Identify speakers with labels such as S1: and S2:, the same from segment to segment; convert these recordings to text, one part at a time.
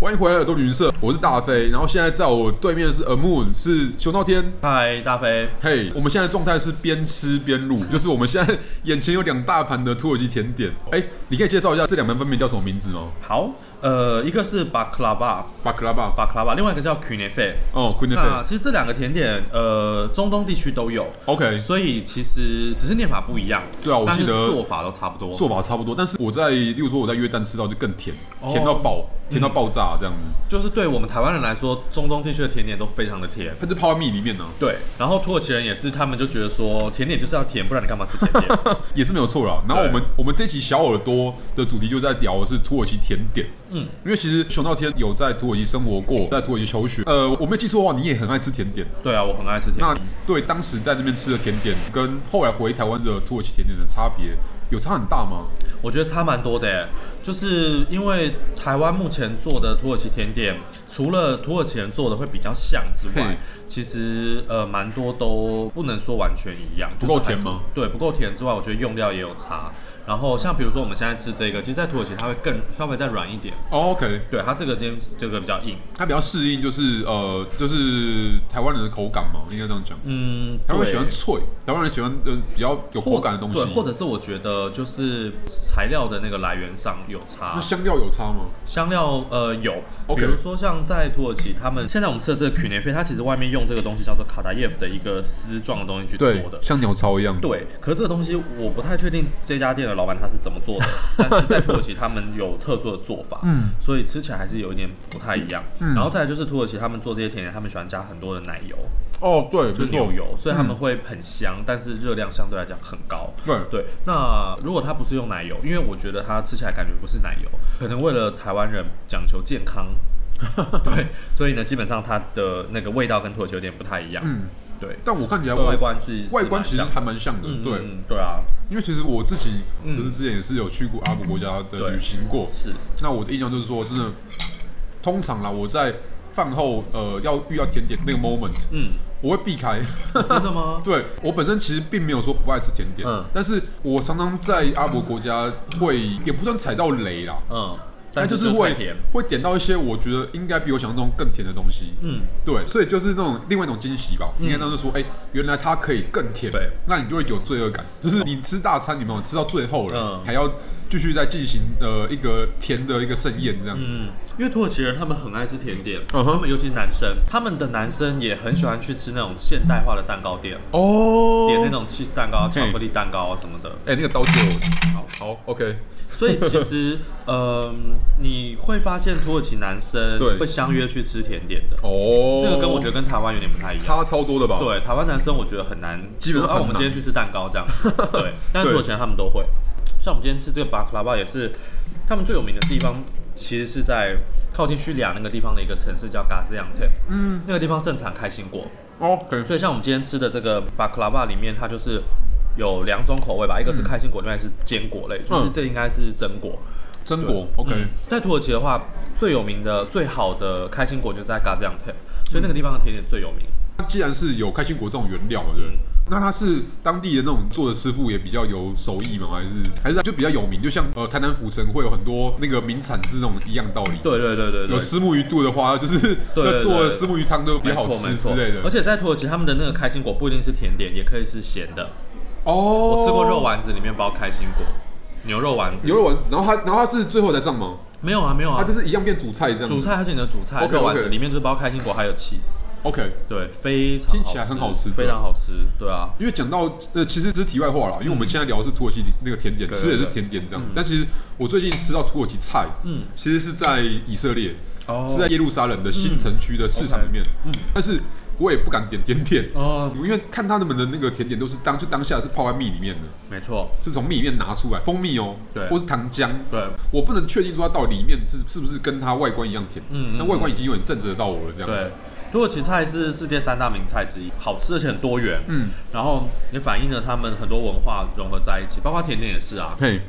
S1: 欢迎回来耳朵旅行社，我是大飞，然后现在在我对面的是 A Moon，是熊闹天。
S2: 嗨，大飞，
S1: 嘿、我们现在状态是边吃边录，就是我们现在眼前有两大盘的土耳其甜点。哎、你可以介绍一下这两盘分别叫什么名字吗？
S2: 好，呃，一个是 baklava
S1: 巴克拉巴，
S2: baklava，另外一个叫 kunefe。
S1: 哦 q u e e n
S2: 那
S1: f
S2: 其实这两个甜点，呃，中东地区都有，
S1: OK，
S2: 所以其实只是念法不一样。
S1: 嗯对啊我
S2: 但是
S1: 记得
S2: 做法都差不多。
S1: 做法差不多，但是我在，例如说我在约旦吃到就更甜，
S2: 哦
S1: 甜到爆，甜到爆炸这样子。
S2: 就是对我们台湾人来说，中东地区的甜点都非常 的甜。
S1: 它就泡在米里面呢、
S2: 对，然后土耳其人也是，他们就觉得说甜点就是要甜，不然你干嘛吃 甜点？
S1: 也是没有错啦。然后我们我们这期小耳朵的主题就在聊的是土耳其甜点，嗯，因为其实熊闹天有在土耳其生活过，在土耳其求学，呃，我没记错的话，你也很爱吃甜点。
S2: 对啊，我很爱吃甜
S1: 那
S2: 点。
S1: 对当时在那边吃的甜点，跟后来回台湾吃的土耳其甜点的差别，有差很大吗？
S2: 我觉得差蛮多的耶，就是因为台湾目前做的土耳其甜点，除了土耳其人做的会比较像之
S1: 嘿
S2: 外，其实呃蛮多都不能说完全一样，
S1: 不够
S2: 就是还
S1: 甜
S2: 是
S1: 吗？
S2: 对，不够甜之外，我觉得用料也有差。然后像比如说我们现在吃这个，其实，在土耳其它会更稍微再软一点，
S1: 哦、o k
S2: 对，它这个今天这个比较硬，
S1: 它比较适应就是呃，就是台湾人的口感嘛，应该这样讲。
S2: 嗯，
S1: 台湾人
S2: 对
S1: 喜欢脆，台湾人喜欢呃比较有口感的东西。
S2: 对，或者是我觉得就是材料的那个来源上有差
S1: 那，香料有差吗？
S2: 香料呃有
S1: OK
S2: 比如说像在土耳其，他们现在我们吃的这个 künefe，它其实外面用这个东西叫做卡达耶夫的一个丝状的东西去做的。
S1: 像鸟巢一样。
S2: 对，可是这个东西我不太确定这家店的老板他是怎么做 的，但是在土耳其他们有特殊的做法，
S1: 嗯，
S2: 所以吃起来还是有一点不太一样。然后再来就是土耳其他们做这些甜点，他们喜欢加很多的奶油，
S1: 哦，对，
S2: 就是
S1: 没错
S2: 牛。油，所以他们会很香，但是热量相对来讲很高。
S1: 对，
S2: 对，那如果它不是用奶油，因为我觉得它吃起来感觉不是奶油，可能为了台湾人讲求 健康，对，所以呢，基本上它的那个味道跟土耳其有点不太一样，
S1: 嗯，
S2: 对，
S1: 但我看起来
S2: 外
S1: 外
S2: 观是
S1: 外观其实还蛮像的，嗯
S2: 对、
S1: 对，
S2: 对啊，
S1: 因为其实我自己
S2: 嗯
S1: 就是之前也是有去过阿拉伯国家的
S2: 对
S1: 旅行过，
S2: 是
S1: 那我的印象就是说，真的，通常啦，我在饭后呃要遇到甜点那个 moment，
S2: 嗯，
S1: 我会避开。
S2: 真的吗？
S1: 对我本身其实并没有说不爱吃甜点，
S2: 嗯
S1: 但是我常常在阿拉伯国家会也不算踩到雷啦，
S2: 嗯，
S1: 但哎就是
S2: 会
S1: 会
S2: 甜，
S1: 会点到一些我觉得应该比我想象中更甜的东西。
S2: 嗯，
S1: 对，所以就是那种另外一种惊喜吧，应该当时说，哎、原来它可以更甜，
S2: 对，
S1: 那你就会有罪恶感，就是你吃大餐，你没有吃到最后了，
S2: 嗯
S1: 还要继续再进行呃一个甜的一个盛宴这样子，
S2: 嗯，因为土耳其人他们很爱吃甜点，
S1: 嗯哼
S2: 他们尤其是男生，他们的男生也很喜欢去吃那种现代化的蛋糕店，
S1: 哦，
S2: 点那，种 cheese 蛋糕、
S1: 嘿
S2: 巧克力蛋糕啊什么的。
S1: 哎、那个刀切我，
S2: 好，
S1: 好，OK，
S2: 所以其实，嗯，你会发现土耳其男生
S1: 对
S2: 会相约去吃甜点的，
S1: 哦，
S2: 这个跟我觉得跟台湾有点不太一样。
S1: 差超多的吧，，
S2: 对，台湾男生我觉得很难说，
S1: 基本上
S2: 啊，
S1: 很
S2: 我们
S1: 难
S2: 今天去吃蛋糕这 样子，对，但是
S1: 对
S2: 土耳其人他们都会。像我们今天吃这个巴克拉巴也是，他们最有名的地方其实是在靠近叙利亚那个地方的一个城市叫 Gaziantep，
S1: 嗯
S2: 那个地方盛产开心果，
S1: ，OK，
S2: 所以像我们今天吃的这个巴克拉巴里面，它就是有两种口味吧，一个是开心果，另外是坚果类，就是
S1: 嗯
S2: 这应该是榛果。
S1: 榛
S2: 对
S1: 果，OK，、
S2: 嗯在土耳其的话，最有名的、最好的开心果就是在 Gaziantep，所以那个地方的甜点最有名。
S1: 那既然是有开心果这种原料嘛，对不对？
S2: 嗯
S1: 那他是当地的那种做的师傅也比较有手艺吗？还是还是就比较有名？就像呃，台南府城会有很多那个名产是那种一样道理。
S2: 对对对对
S1: 有
S2: 对。
S1: 虱目鱼肚的话，就是
S2: 对对
S1: 那
S2: 对
S1: 做的虱目鱼汤都比
S2: 没
S1: 较
S2: 错
S1: 好吃
S2: 没
S1: 之
S2: 错
S1: 类的
S2: 而。且在土耳其，他们的那个开心果不一定是甜点，也可以是咸的。
S1: 哦，
S2: 我
S1: 我
S2: 吃过肉丸子里面包开心果，牛肉丸子
S1: 牛肉丸子，然后它然后它是最后才上吗？
S2: 没有啊没有
S1: 它
S2: 啊
S1: 就，是一样变主菜这样子。
S2: 主菜它是你的主菜，
S1: OK，OK
S2: 肉丸子里面就是包开心果还有 cheese。
S1: OK，
S2: 对，非常
S1: 听起来很好吃
S2: 非
S1: 对
S2: 常好吃，对啊，
S1: 因为讲到呃，其实只是题外话啦，因为我们现在聊的是土耳其那个甜点，
S2: 嗯对
S1: 吃的也是
S2: 对
S1: 甜点这样。但其实我最近吃到土耳其菜，嗯
S2: 嗯，
S1: 其实是在以色列，
S2: 哦
S1: 是在耶路撒冷的新城区的市场里面，嗯，但是我也不敢点甜点，
S2: 哦，
S1: 因为看他们的那个甜点都是当就当下是泡在蜜里面的，
S2: 没错，
S1: 是从蜜里面拿出来，蜂蜜哦，
S2: 对
S1: 或是糖浆，
S2: 对，
S1: 我不能确定说它到底里面是是不是跟它外观一样甜，嗯，
S2: 嗯嗯
S1: 那外观已经有点震慑到我了这样
S2: 对
S1: 子，，
S2: 土耳其菜是世界三大名菜之一，好吃而且很多元，
S1: 嗯，
S2: 然后也反映了他们很多文化融合在一起，包括甜点也是啊。
S1: 嘿，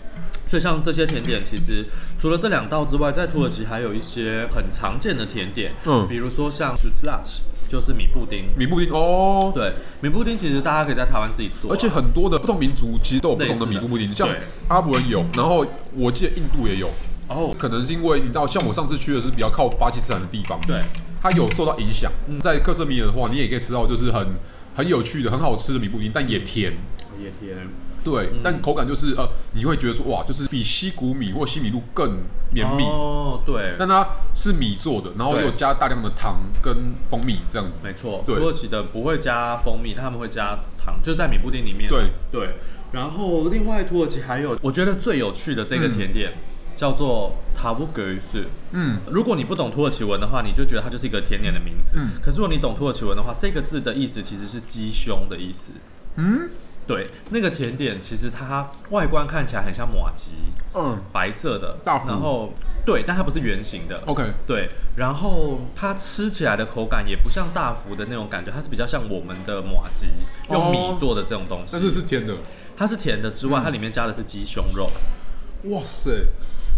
S2: 所以像这些甜点，其实除了这两道之外，在土耳其还有一些很常见的甜点，
S1: 嗯
S2: 比如说像 s u t l a c 就是米布丁，
S1: 米布丁哦，
S2: 对，米布丁其实大家可以在台湾自己做
S1: 而
S2: 啊、
S1: 且很多的不同民族其实都有不
S2: 类
S1: 同
S2: 似
S1: 的
S2: 的
S1: 米布布丁，像
S2: 对
S1: 阿拉伯人有，然后我记得印度也有，
S2: 哦，
S1: 可能是因为你知道，像我上次去的是比较靠巴基斯坦的地方，
S2: 对，
S1: 它有受到影响。在克什米尔的话，你也可以吃到就是很很有趣的、很好吃的米布丁，但也甜。
S2: 野田，
S1: 对，
S2: 嗯
S1: 但口感就是呃，你会觉得说哇，就是比西谷米或西米露更绵密，
S2: 哦，对，
S1: 但它是米做的，然后
S2: 对
S1: 又加大量的糖跟蜂蜜这样子。
S2: 没错，
S1: 对
S2: 土耳其的不会加蜂蜜，他们会加糖，就是在米布丁里面。
S1: 对
S2: 对。然后另外土耳其还有，我觉得最有趣的这个甜点、叫做塔布格斯。
S1: 嗯，
S2: 如果你不懂土耳其文的话，你就觉得它就是一个甜点的名字。
S1: 嗯
S2: 可是如果你懂土耳其文的话，这个字的意思其实是鸡胸的意思。
S1: 嗯
S2: 对，那个甜点其实它外观看起来很像马吉，
S1: 嗯
S2: 白色的，
S1: 大福
S2: 然后对，但它不是圆形的。
S1: ，OK，
S2: 对，然后它吃起来的口感也不像大福的那种感觉，它是比较像我们的马吉，用米做的这种东西。
S1: 但是是甜的。
S2: 它是甜的之外，它里面加的是鸡胸肉，
S1: 哇塞，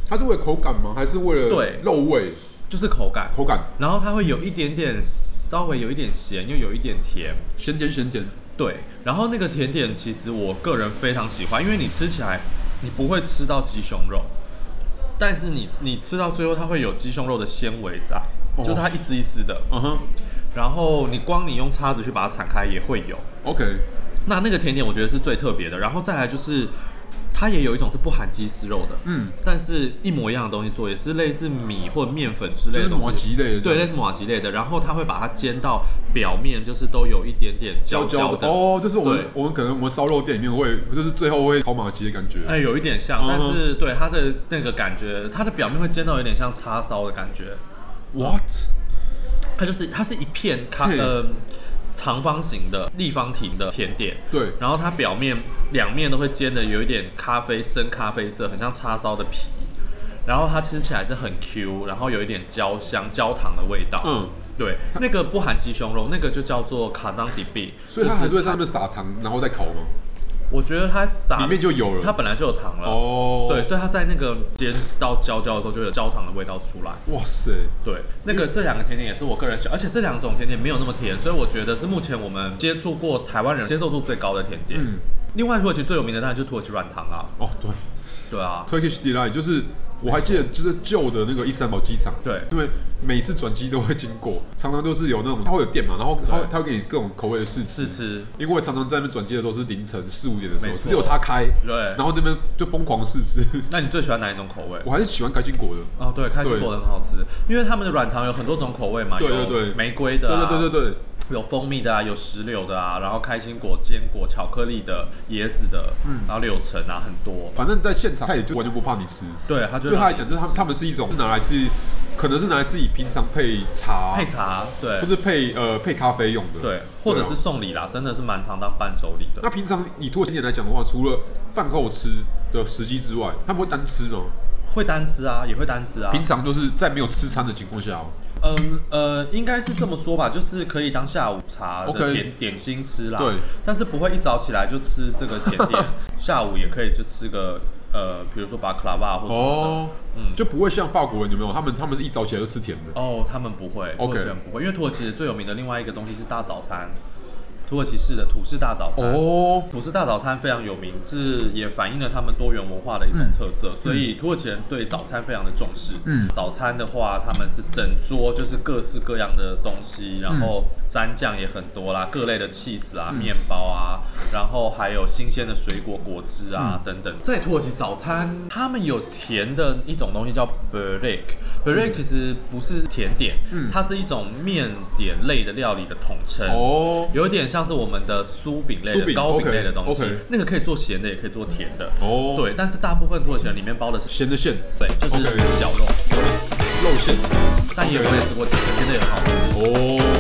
S1: 它是为了口感吗？还是为了
S2: 对
S1: 肉味
S2: 就是口感。
S1: 口感？
S2: 然后它会有一点点，稍微有一点咸，又有一点甜。
S1: 咸甜咸甜。
S2: 对，然后那个甜点其实我个人非常喜欢，因为你吃起来你不会吃到鸡胸肉，但是你你吃到最后它会有鸡胸肉的纤维在，
S1: 哦
S2: 就是它一丝一丝的。
S1: 嗯哼
S2: 然后你光你用叉子去把它铲开也会有。
S1: ，OK，
S2: 那那个甜点我觉得是最特别的，然后再来就是它也有一种是不含鸡丝肉的，
S1: 嗯，
S2: 但是一模一样的东西做，也是类似米或面粉之类
S1: 就
S2: 的
S1: 是
S2: 东西，
S1: 麻吉类的，
S2: 对，类，似马吉类的，然后它会把它煎到表面就是都有一点点焦
S1: 焦
S2: 焦
S1: 焦
S2: 的，
S1: 的。哦，就是我们
S2: 对
S1: 我们可能我们烧肉店里面会，就是最后会烤麻吉的感觉。
S2: 哎，有一点像，
S1: 嗯
S2: 但
S1: 哼
S2: 是对它的那个感觉，它的表面会煎到有点像叉烧的感觉，
S1: What？
S2: 它就是它是一片咖
S1: 嘿
S2: 呃长方形的立方体的甜点，
S1: 对，
S2: 然后它表面两面都会煎的有一点咖啡深咖啡色，很像叉烧的皮。然后它吃起来是很 Q，然后有一点焦香、焦糖的味道。
S1: 嗯，
S2: 对，那个不含鸡胸肉，那个就叫做卡桑迪比。
S1: 所以它还是会在上面撒糖，然后再烤吗？
S2: 我觉得它撒
S1: 里面就有了。
S2: 啊它本来就有糖了。
S1: 哦，
S2: 对，，所以它在那个煎到焦焦的时候，就有焦糖的味道出来。
S1: 哇塞，
S2: 对，那个这两个甜点也是我个人喜欢，而且这两种甜点没有那么甜，所以我觉得是目前我们接触过台湾人接受度最高的甜点。
S1: 嗯，
S2: 另外，土耳其最有名的当然就是土耳其软糖啊，
S1: 哦对
S2: 对啊，
S1: ，Turkish delight 就是。我还记得，就是旧的那个伊斯坦堡机场，
S2: 对
S1: 因为每次转机都会经过，常常都是有那种，它会有店嘛，然后它会
S2: 对
S1: 它会给你各种口味的试吃
S2: 试，吃，
S1: 因为我常常在那边转机的时候是凌晨四五点的时
S2: 没
S1: 候，
S2: 错
S1: 只有它开，
S2: 对
S1: 然。后那边就疯狂试吃，
S2: 那你最喜欢哪一种口味？
S1: 我还是喜欢开心果的，
S2: 哦，对，开心
S1: 对
S2: 果的很好吃，因为他们的软糖有很多种口味嘛，
S1: 对
S2: 有
S1: 对对
S2: 玫瑰的、
S1: 对
S2: 啊，
S1: 对对
S2: 对，
S1: 对对，
S2: 有蜂蜜的啊，有石榴的啊，然后开心果、坚果、巧克力的、椰子的，
S1: 嗯
S2: 然后柳橙啊，很多。
S1: 反正在现场他也就完全不怕你吃，
S2: 对，啊他就
S1: 对他
S2: 让
S1: 来
S2: 你
S1: 讲，就是他他们是一种是拿来自，可能是拿来自己平常配茶
S2: 配，茶，啊对
S1: 或，是配呃配咖啡用的，
S2: 对，或者
S1: 对啊
S2: 是送礼啦，真的是蛮常当伴手礼的
S1: 那。平常以土耳其人来讲的话，除了饭后吃的时机之外，他们会单吃吗？
S2: 会单吃啊，也会单吃啊。
S1: 平常就是在没有吃餐的情况下哦，
S2: 嗯呃，应该是这么说吧，就是可以当下午茶的
S1: OK
S2: 甜点心吃啦。
S1: 对，
S2: 但是不会一早起来就吃这个甜 点，下午也可以就吃个呃，比如说巴克拉瓦或什么
S1: 哦，就不会像法国人有没有？他们他们是一早起来就吃甜的
S2: 的。哦，他们不会，土
S1: OK
S2: 耳其人不会，因为土耳其最有名的另外一个东西是大早餐，土耳其式的土式大早餐。
S1: 哦，
S2: 土式大早餐非常有名，是也反映了他们多元文化的一种特色，所以土耳其人对早餐非常的重视。
S1: 嗯
S2: 早餐的话，他们是整桌就是各式各样的东西，然后
S1: 嗯
S2: 蘸酱也很多啦，各类的 cheese 啊、面包啊，然后还有新鲜的水果、果汁
S1: 嗯
S2: 啊、等等。在土耳其早餐，他们有甜的一种东西叫 börek。börek
S1: 嗯
S2: 其实不是甜点，它是一种面点类的料理的统称。
S1: 哦，
S2: 有点像是我们的酥饼类
S1: 酥
S2: 的、
S1: 饼
S2: 糕饼
S1: OK，
S2: 类的东西
S1: OK
S2: 那个可以做咸的，也可以做甜的。
S1: 哦，
S2: 对，但是大部分土耳其人里面包的是
S1: 咸的馅，
S2: 对，就是
S1: OK
S2: 绞肉
S1: 肉馅，
S2: 但也有我也吃过甜的，甜的也很好吃。
S1: 哦。